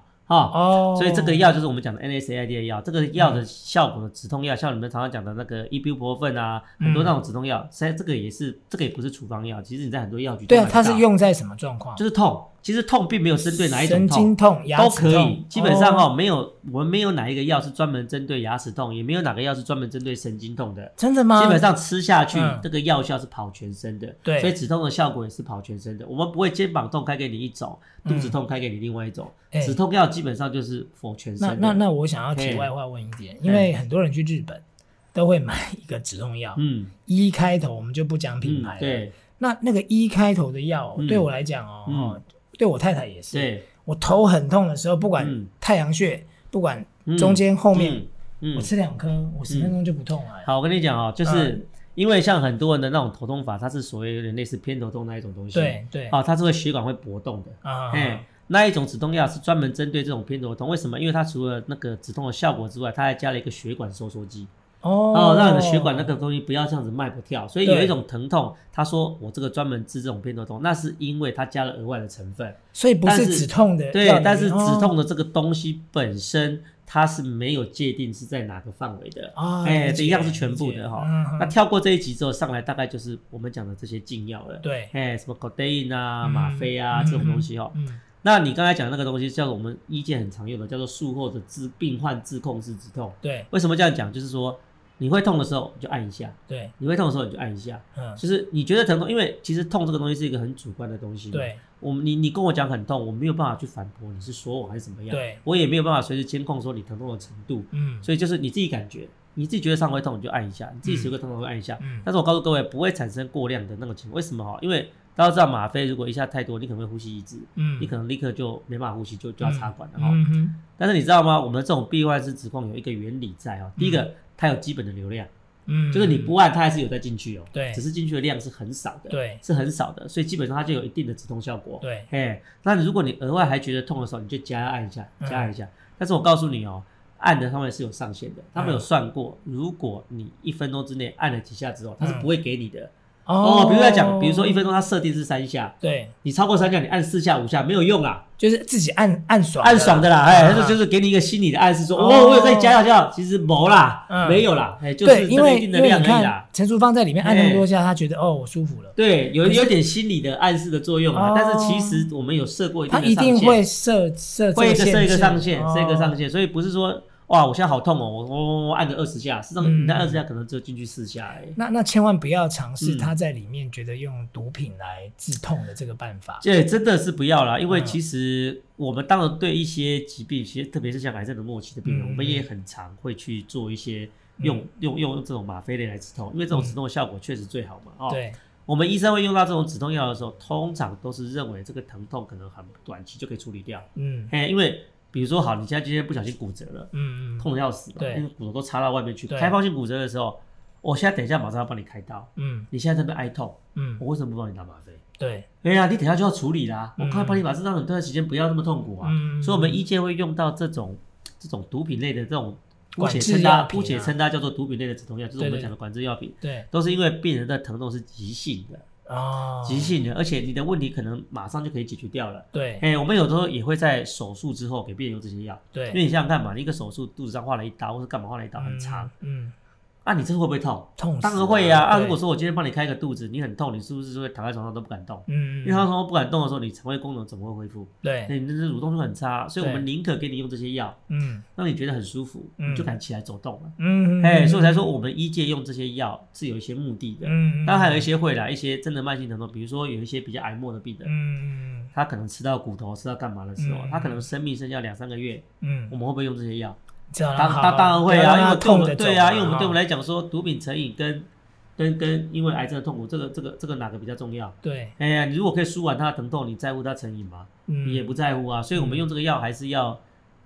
S2: 哦，嗯
S1: 所以这个药就是我们讲的 NSAID 的药，这个药的效果的止痛药，像你们常常讲的那个伊布pro 芬啊，很多那种止痛药，现在这个也是，这个也不是处方药，其实你在很多药局都
S2: 嗯对啊，
S1: 买得
S2: 它是
S1: 到
S2: 用在什么状况？
S1: 就是痛，其实痛并没有针对哪一种
S2: 神经
S1: 痛，
S2: 痛、牙
S1: 都
S2: 齿
S1: 可以
S2: 痛，，
S1: 基本上
S2: 哦，
S1: 哦，没有我们没有哪一个药是专门针对牙齿痛，也没有哪个药是专门针对神经痛的。
S2: 真的吗？
S1: 基本上吃下去，
S2: 嗯
S1: 这个药效是跑全身的，
S2: 对
S1: 所以止痛的效果也是跑全身的。我们不会肩膀痛开给你一种，肚子痛开给你另外一种，
S2: 嗯哎
S1: 止痛药基本上就是否全身
S2: 那
S1: 的。
S2: 那那我想要题
S1: 嘿
S2: 外话问一点，因为很多人去日本都会买一个止痛药，
S1: 嗯
S2: 一开头我们就不讲品
S1: 嗯
S2: 牌，了。
S1: 对
S2: 那那个一开头的药
S1: 嗯，
S2: 对我来讲哦，
S1: 嗯
S2: 哦对我太太也是，
S1: 对，
S2: 我头很痛的时候，不管
S1: 嗯
S2: 太阳穴，不管
S1: 嗯
S2: 中间后面，
S1: 嗯嗯
S2: 我吃两颗，我十分钟就不痛了。
S1: 好，我跟你讲哦，就是
S2: 嗯
S1: 因为像很多人的那种头痛法，它是所谓有点类似偏头痛那一种东西，
S2: 对对
S1: 哦，它是会血管会搏动的，
S2: 啊，
S1: 哎、那一种止痛药是专门针对这种偏头痛，为什么？因为它除了那个止痛的效果之外，它还加了一个血管收缩剂，
S2: 哦
S1: 哦，让你的血管那个东西不要这样子脉不跳。所以
S2: 对
S1: 有一种疼痛，他说我这个专门治这种偏头痛，那是因为它加了额外的成分。
S2: 所以不
S1: 但
S2: 是
S1: 是
S2: 止痛的药里
S1: 对
S2: 面，，
S1: 但是止痛
S2: 哦
S1: 的这个东西本身，它是没有界定是在哪个范围的。
S2: 啊，
S1: 哎，
S2: 理解
S1: 一样是全部的哈。那，
S2: 理解嗯
S1: 跳过这一集之后，上来大概就是我们讲的这些禁药了
S2: 嗯。对，
S1: 哎，什么 codeine 啊、
S2: 嗯
S1: 吗啡啊这种东西哦。
S2: 嗯，嗯
S1: 那你刚才讲的那个东西，叫做我们医界很常用的，叫做术后的治病患自控式止痛。
S2: 对
S1: 为什么这样讲？就是说你会痛的时候你就按一下，
S2: 对，
S1: 你会痛的时候你就按一下，
S2: 嗯，
S1: 就是你觉得疼痛，因为其实痛这个东西是一个很主观的东西。，
S2: 对
S1: 我们你你跟我讲很痛，我没有办法去反驳你是说我还是怎么样，
S2: 对，
S1: 我也没有办法随时监控说你疼痛的程度，
S2: 嗯，
S1: 所以就是你自己感觉，你自己觉得伤会痛你就按一下，你自己觉得疼痛就按一下。
S2: 嗯
S1: 但是我告诉各位，不会产生过量的那个情况，为什么哈？因为大家都知道吗啡如果一下太多，你可能会呼吸抑制，
S2: 嗯
S1: 你可能立刻就没办法呼吸，就就要插管了哈。
S2: 嗯哼，
S1: 但是你知道吗？我们这种闭环式指控有一个原理在哦。第一个，它有基本的流量，
S2: 嗯，
S1: 就是你不按它还是有在进去哦。
S2: 对
S1: 只是进去的量是很少的，，
S2: 对
S1: 是很少的，所以基本上它就有一定的止痛效果。
S2: 对，
S1: 哎，那你如果你额外还觉得痛的时候，你就加按一下，
S2: 嗯
S1: 加按一下。但是我告诉你哦，按的上面是有上限的，他们有
S2: 嗯
S1: 算过，如果你一分钟之内按了几下之后，它是
S2: 嗯
S1: 不会给你的。哦，比如在讲，比如说一分钟它设定是三下，
S2: 对，
S1: 你超过三下，你按四下五下没有用啊啦。
S2: 就是自己按按爽
S1: 暗爽的啦，哎，
S2: 啊
S1: 这就是给你一个心理的暗示，说
S2: 哦
S1: 哦，我有在加药加药，其实没啦，
S2: 嗯
S1: 没有啦，哎，就
S2: 对，
S1: 是
S2: 因
S1: 这个
S2: 为
S1: 一定
S2: 因
S1: 的
S2: 为
S1: 量
S2: 你
S1: 而已
S2: 看
S1: 啦。
S2: 陈淑芳在里面按那么多下，她觉得哦我舒服了，
S1: 对，有
S2: 可是
S1: 有点心理的暗示的作用啊
S2: 哦，
S1: 但是其实我们有设过一
S2: 她
S1: 定
S2: 一
S1: 的上限，
S2: 定会设设
S1: 会一个设一个上限
S2: 限，，哦
S1: 设一个上
S2: 限，
S1: 限，所以不是说哇，我现在好痛哦，我我我按个二十下，实际上
S2: 嗯
S1: 你那二十下可能只有进去四下而已。
S2: 那那千万不要尝试
S1: 嗯
S2: 她在里面觉得用毒品来治痛的这个办法，
S1: 这真的是不要啦，因为
S2: 嗯
S1: 其实我们当然对一些疾病，其实特别是像癌症的末期的病人，
S2: 嗯
S1: 我们也很常会去做一些用、用用用这种吗啡类来止痛，因为这种止痛的效果确实最好嘛。哦，
S2: 嗯对，
S1: 我们医生会用到这种止痛药的时候，通常都是认为这个疼痛可能很短期就可以处理掉。
S2: 嗯
S1: 哎，因为比如说好，你现在今天不小心骨折了，
S2: 嗯嗯
S1: 痛的要死嘛，
S2: 对
S1: 因为骨头都插到外面去。
S2: 对
S1: 开放性骨折的时候，我现在等一下马上要帮你开刀，
S2: 嗯
S1: 你现在在那边哀痛，
S2: 嗯，
S1: 我为什么不帮你打吗啡？
S2: 对，
S1: 哎呀，你等一下就要处理啦，我
S2: 嗯
S1: 赶快帮你把这张很段时间不要那么痛苦啊。
S2: 嗯
S1: 所以，我们医界会用到这种这种毒品类的这种，姑
S2: 管
S1: 且
S2: 制
S1: 称
S2: 药
S1: 它
S2: 品
S1: 姑且
S2: 啊
S1: 称它叫做毒品类的止痛药，就是我
S2: 对
S1: 们
S2: 对
S1: 讲的管制药品，
S2: 对
S1: 都是因为病人的疼痛是急性的，
S2: 哦，
S1: 急性的，而且你的问题可能马上就可以解决掉了。
S2: 对
S1: 哎，我们有时候也会在手术之后给病人用这些药，因为
S2: 对，
S1: 你想想看嘛，你一个手术肚子上划了一刀，或是干嘛划了一刀，很长，
S2: 嗯，嗯，
S1: 啊，你这会不会痛？
S2: 痛死
S1: 当然会呀。
S2: 了
S1: 啊，
S2: 对
S1: 如果说我今天帮你开个肚子，你很痛，你是不是就会躺在床上都不敢动？
S2: 嗯，
S1: 因为他嗯说不敢动的时候，你肠胃功能怎么会恢复？
S2: 对，
S1: 你那是蠕动就很差，所以我
S2: 对
S1: 们宁可给你用这些药，
S2: 嗯
S1: 让你觉得很舒服，
S2: 嗯
S1: 你就敢起来走动了。
S2: 嗯，
S1: 哎，所以我才说我们医界用这些药是有一些目的的。
S2: 嗯，
S1: 当然还有一些会啦，一些真的慢性疼痛，比如说有一些比较癌末的病人，
S2: 嗯嗯
S1: 他可能吃到骨头、吃到干嘛的时候，
S2: 嗯
S1: 他可能生命剩下两三个月，
S2: 嗯
S1: 我，们会不会用这些药？
S2: 这样
S1: 当当当然会啊，
S2: 啊，不要
S1: 因
S2: 让
S1: 为
S2: 它
S1: 对我
S2: 痛的
S1: 们对啊，因为我们对我们来讲说，毒品成瘾跟跟跟因为癌症的痛苦，这个这个这个哪个比较重要？
S2: 对，
S1: 哎呀，你如果可以舒缓他的疼痛，你在乎他成瘾吗？
S2: 嗯
S1: 你也不在乎啊，所以我们用这个药还是要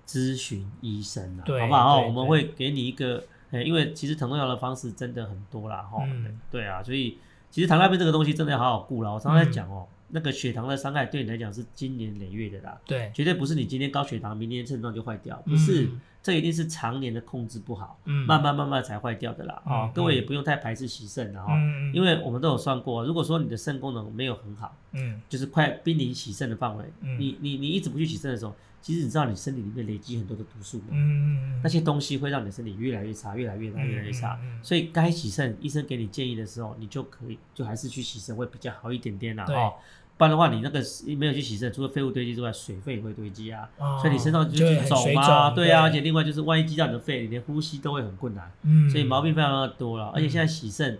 S1: 咨询医生啊，
S2: 对
S1: 好不好？
S2: 对
S1: 我们会给你一个，呃、因为其实疼痛药的方式真的很多啦，哈、
S2: 嗯嗯
S1: 对啊，所以其实糖尿病这个东西真的要好好顾啦。我常常在讲哦、那个血糖的伤害对你来讲是经年累月的啦，
S2: 对，
S1: 绝对不是你今天高血糖，明天肾脏就坏掉，不是，
S2: 嗯
S1: 这一定是常年的控制不好，
S2: 嗯，
S1: 慢慢慢慢才坏掉的啦。
S2: 哦
S1: 哦，各位也不用太排斥洗肾了哈、
S2: 嗯，嗯，
S1: 因
S2: 为
S1: 为我们都有算过，如果说你的肾功能没有很好，
S2: 嗯
S1: 就是快濒临洗肾的范围，
S2: 嗯
S1: 你你你一直不去洗肾的时候，其实你知道你身体里面累积很多的毒素嘛，
S2: 嗯嗯嗯，
S1: 那些东西会让你的身体越来越差，越来越差，越来越差。
S2: 嗯嗯嗯
S1: 所以该洗肾，医生给你建议的时候，你就可以就还是去洗肾会比较好一点点啦、
S2: 对
S1: 哦，不然的话，你那个没有去洗肾，除了废物堆积之外，水分也会堆积啊，
S2: 哦
S1: 所以你身上
S2: 就会
S1: 是
S2: 很
S1: 肿
S2: 水
S1: 啊，
S2: 肿
S1: 对啊，
S2: 对
S1: 而且另外就是万一积到你的肺，你连呼吸都会很困难，
S2: 嗯，
S1: 所以毛病非常的多了。而且现在洗肾，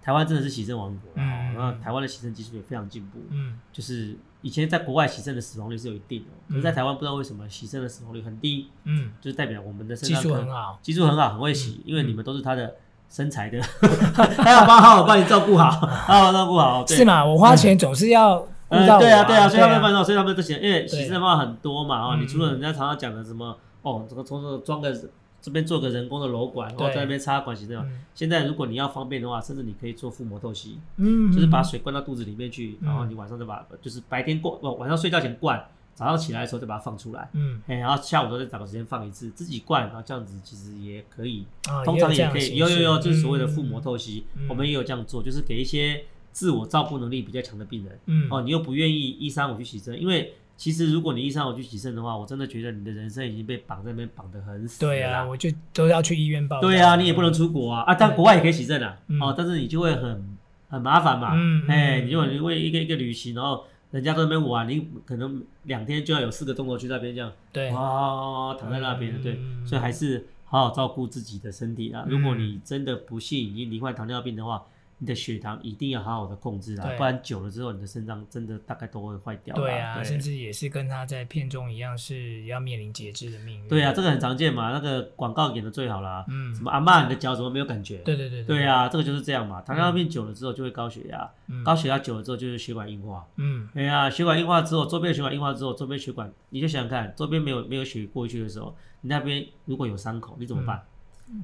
S1: 台湾真的是洗肾王国啊，
S2: 嗯
S1: 然后台湾的洗肾技术也非常进步，
S2: 嗯，
S1: 就是以前在国外洗肾的死亡率是有一定的，可是在台湾不知道为什么洗肾的死亡率很低，
S2: 嗯
S1: 就是代表我们的肾
S2: 技
S1: 脏
S2: 术
S1: 可
S2: 很
S1: 能
S2: 好，嗯
S1: 技术很好，很会洗，因为你们都是他的身材的， 他要帮好好帮你照顾好，好好照顾好，对
S2: 嗯是？嘛？我花钱总是要顾
S1: 呃
S2: 到，
S1: 对
S2: 我
S1: 啊，对啊，所以他们办
S2: 啊，
S1: 到，所以他们都洗，因为洗
S2: 对
S1: 肾的话很多嘛，哦，
S2: 嗯
S1: 你除了人家常常讲的什么，哦，这个从这个装个这边做个人工的瘘管，然后
S2: 对
S1: 在那边插管洗肾嘛
S2: 嗯，
S1: 现在如果你要方便的话，甚至你可以做腹膜透析，
S2: 嗯，
S1: 就是把水灌到肚子里面去，
S2: 嗯
S1: 然后你晚上再把，就是白天灌，不晚上睡觉前灌，早上起来的时候再把它放出来。
S2: 嗯，
S1: 哎，然后下午都再找个时间放一次，自己灌，然后这样子其实也可以，
S2: 啊
S1: 通
S2: 也有
S1: 常
S2: 这
S1: 也
S2: 样
S1: 可
S2: 的
S1: 以，
S2: 形
S1: 有
S2: 式
S1: 有有，就是所谓的腹
S2: 嗯
S1: 膜透析，
S2: 嗯
S1: 我们也有这样做，就是给一些自我照顾能力比较强的病人，
S2: 嗯
S1: 哦，你又不愿意一三五去洗肾，因为其实如果你一三五去洗肾的话，我真的觉得你的人生已经被绑在那边绑得很死了
S2: 对啊，
S1: 啦，
S2: 我就都要去医院报，
S1: 对啊，你也不能，出国啊，啊，但国外也可以洗肾啊
S2: 嗯，
S1: 哦，但是你就会很很麻烦嘛，
S2: 嗯
S1: 哎，
S2: 嗯
S1: 你就你为一个一个旅行，然后人家都在那边玩，你可能两天就要有四个钟头去那边这样。
S2: 对，
S1: 哦，躺在那边的，对，
S2: 嗯
S1: 所以还是好好照顾自己的身体啊。
S2: 嗯
S1: 如果你真的不幸已经罹患糖尿病的话，你的血糖一定要好好的控制啊
S2: 对，
S1: 不然久了之后，你的肾脏真的大概都会坏掉啦。
S2: 对啊，
S1: 对
S2: 甚至也是跟他在片中一样，是要面临截肢的命运。
S1: 对啊，，这个很常见嘛，那个广告演的最好啦，
S2: 嗯
S1: 什么阿嬷你的脚怎么没有感觉？
S2: 对对对
S1: 对，啊，这个就是这样嘛。糖尿病久了之后就会高血压，
S2: 嗯
S1: 高血压久了之后就是血管硬化。
S2: 嗯
S1: 哎呀，血管硬化之后，周边的血管硬化之后，周边血管，你就想想看，周边没有没有血过去的时候，你那边如果有伤口，你怎么办？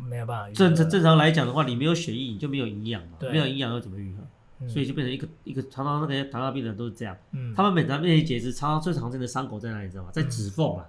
S2: 没有办法预测，
S1: 正正正常来讲的话，你没有血液，你就没有营养嘛，
S2: 嗯对
S1: 没有营养又怎么愈合？
S2: 嗯
S1: 所以就变成一个一个常常那个糖尿病人都是这样，
S2: 嗯
S1: 他们每常面临截肢，常常最常见的伤口在哪里，你知道吗？在指缝啊，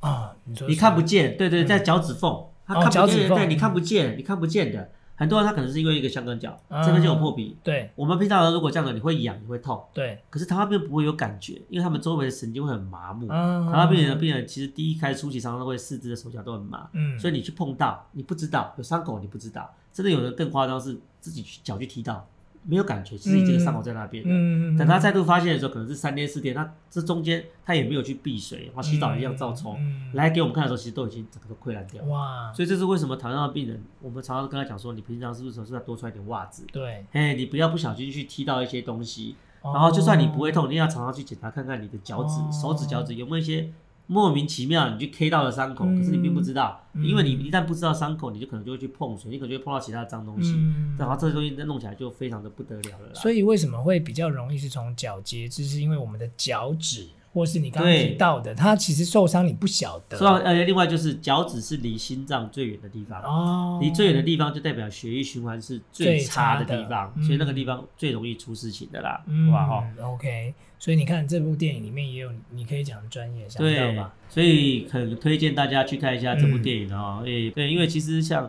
S2: 啊，你说
S1: 你看不见，对对，在脚趾缝，他
S2: 嗯哦
S1: 看
S2: 脚
S1: 不
S2: 趾
S1: 见，
S2: 缝
S1: 对，你看不见，你看不见的。很多人他可能是因为一个香港脚，
S2: 嗯
S1: 香港脚有破皮。
S2: 对
S1: 我们平常如果这样的，你会痒，你会痛，
S2: 对，
S1: 可是糖尿病不会有感觉，因为他们周围的神经会很麻木。糖
S2: 啊，
S1: 尿病人的病人其实第一开始初期常常都会四肢的手脚都很麻，
S2: 嗯，
S1: 所
S2: 以
S1: 以你去碰到，你不知道有伤口，你不知道，真的有人更夸张是自己去脚去踢到，没有感觉，其实你这个伤口在那边的。
S2: 嗯，
S1: 等他再度发现的时候，可能是三天四天，他这中间他也没有去避水，然后洗澡一样照抽，
S2: 嗯嗯
S1: 来给我们看的时候，其实都已经整个都溃烂掉了。
S2: 哇，
S1: 所以这是为什么糖尿病人，我们常常跟他讲说，你平常是不是总是要多穿一点袜子？
S2: 对，
S1: 哎，你不要不小心去踢到一些东西，然后就算你不会痛，你也要常常去检查看看你的脚趾、
S2: 哦
S1: 手指、脚趾有没有一些莫名其妙你去 K 到的伤口，
S2: 嗯
S1: 可是你并不知道，
S2: 嗯
S1: 因为你一旦不知道伤口，你就可能就会去碰水，你可能就会碰到其他的脏
S2: 哦，
S1: 东西，
S2: 嗯，
S1: 然后这些东西弄起来就非常的不得了了啦。
S2: 所以为什么会比较容易是从脚截肢，是因为我们的脚趾，或是你刚刚
S1: 对
S2: 提到的，它其实受伤你不晓得，
S1: 所以呃，另外就是脚趾是离心脏最远的地方，
S2: 哦，
S1: 离最远的地方就代表血液循环是最差的地方，
S2: 最差的
S1: 所以那个地方最容易出事情的啦，
S2: 嗯
S1: 哇哈。
S2: ，OK，所以你看这部电影里面也有，你可以讲专业，想到
S1: 对
S2: 吧？，
S1: 所以很推荐大家去看一下这部电影哦。
S2: 嗯
S1: 诶、对，因为其实像，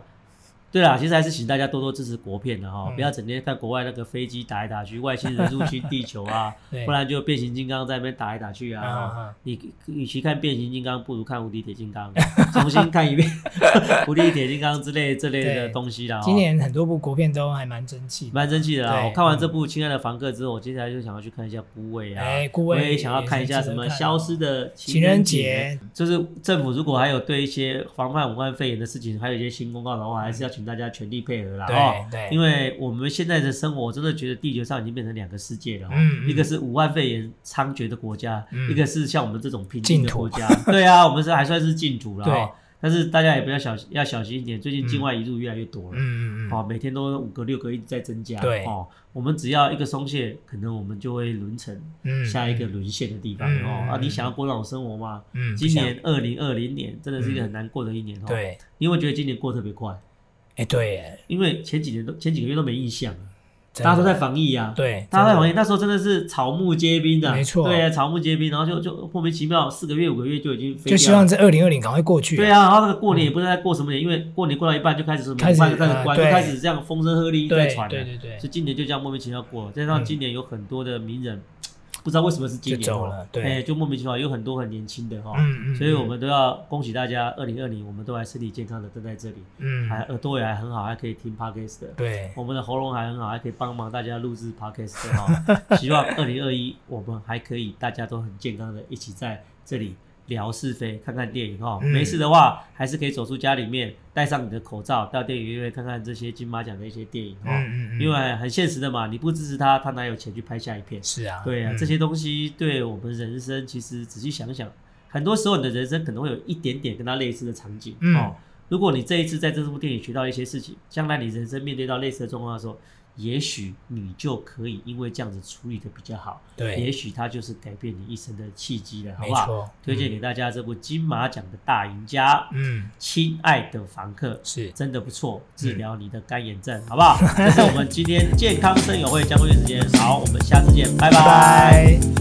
S1: 对啦，其实还是请大家多多支持国片的哈、哦
S2: 嗯，
S1: 不要整天看国外那个飞机打来打去，外星人入侵地球啊
S2: 对
S1: 不然就变形金刚在那边打来打去啊。
S2: 啊
S1: 哈
S2: 啊
S1: 你与其看变形金刚，不如看无敌铁金刚，重新看一遍 无敌铁金刚之类这类的
S2: 对
S1: 东西啦。哈哦
S2: 今年很多部国片都还蛮争气的。
S1: 蛮争气的啊！
S2: 对嗯
S1: 我看完这部《亲爱的房客》之后，我接下来就想要去看一下《孤味》啊，
S2: 哎孤味
S1: 我也想要看一下什么
S2: 也
S1: 《
S2: 是值得看哦
S1: 消失的节
S2: 情》。
S1: 就是政府如果还有对一些防范武汉肺炎的事情，还有一些新公告的话，还是要请大家全力配合啦。
S2: 对
S1: 哦
S2: 对
S1: 因为我们现在的生活，我真的觉得地球上已经变成两个世界了、哦。
S2: 嗯嗯
S1: 一个是武汉肺炎猖獗的国家，
S2: 嗯
S1: 一个是像我们这种平静
S2: 净
S1: 的
S2: 土
S1: 国家。对啊，我们是还算是净土了、
S2: 对
S1: 哦。但是大家也不要小心，要小心一点。最近境外移入越来越多了。
S2: 嗯嗯嗯，
S1: 哦，每天都五个六个一直在增加。
S2: 对
S1: 哦，我们只要一个松懈，可能我们就会沦成
S2: 嗯
S1: 下一个沦陷的地方、
S2: 嗯
S1: 哦。
S2: 嗯
S1: 啊，
S2: 嗯
S1: 你想要过那种生活吗？
S2: 嗯，
S1: 今年二零二零年真的是一个很难过的一年哦。，
S2: 对，
S1: 你会觉得今年过得特别快，
S2: 哎对耶，
S1: 因为前几年都前几个月都没印象啊。
S2: 真的
S1: 大家都在防疫啊，
S2: 对，
S1: 大家在
S2: 真的
S1: 防疫，那时候真的是草木皆兵的，
S2: 没错
S1: 对啊，草木皆兵，然后就就莫名其妙四个月五个月就已经飞
S2: 就希
S1: 掉
S2: 望
S1: 了。
S2: 这二零二零赶快过去。
S1: 对
S2: 啊，
S1: 啊，然后那个过年也不知道在过什么年，因为过年过到一半就开始什么
S2: 开始
S1: 慢慢开始关，
S2: 呃
S1: 就
S2: 对
S1: 开始这样风声鹤唳在
S2: 对
S1: 传啊
S2: 对
S1: 了。
S2: 对对
S1: 所以今年就这样莫名其妙过了，再加上今年有很多的名人，不知道为什么是今年
S2: 就走
S1: 哦
S2: 了对
S1: 哎，就莫名其妙有很多很年轻的哈，哦
S2: 嗯嗯，
S1: 所以我们都要恭喜大家，二零二零我们都还身体健康的站在这里，
S2: 嗯
S1: 还哦耳朵也还很好，还可以听 podcast 的。
S2: 对
S1: 我们的喉咙还很好，还可以帮忙大家录制 podcast 哈、 哦。希望二零二一我们还可以大家都很健康的一起在这里聊是非，看看电影哈、哦。
S2: 嗯
S1: 没事的话，还是可以走出家里面，戴上你的口罩，到电影院看看这些金马奖的一些电影哈、哦。
S2: 嗯嗯嗯，
S1: 因为很现实的嘛，你不支持他，他哪有钱去拍下一片？
S2: 是啊，
S1: 对啊，
S2: 嗯
S1: 这些东西对我们人生，其实仔细想想，很多时候你的人生可能会有一点点跟他类似的场景、
S2: 嗯
S1: 哦。如果你这一次在这部电影学到一些事情，将来你人生面对到类似的状况的时候，也许你就可以因为这样子处理的比较好，也
S2: 对，
S1: 许它就是改变你一生的契机了，好
S2: 没
S1: 不好？
S2: 错，
S1: 推荐给大家这部金马奖的大赢家，
S2: 嗯，嗯，
S1: 亲爱的房客》。
S2: 是，
S1: 真的不错，治疗你的干眼症，好不好？这是我们今天健康生友会将会时间。好，我们下次见，拜
S2: 拜
S1: 拜
S2: 拜。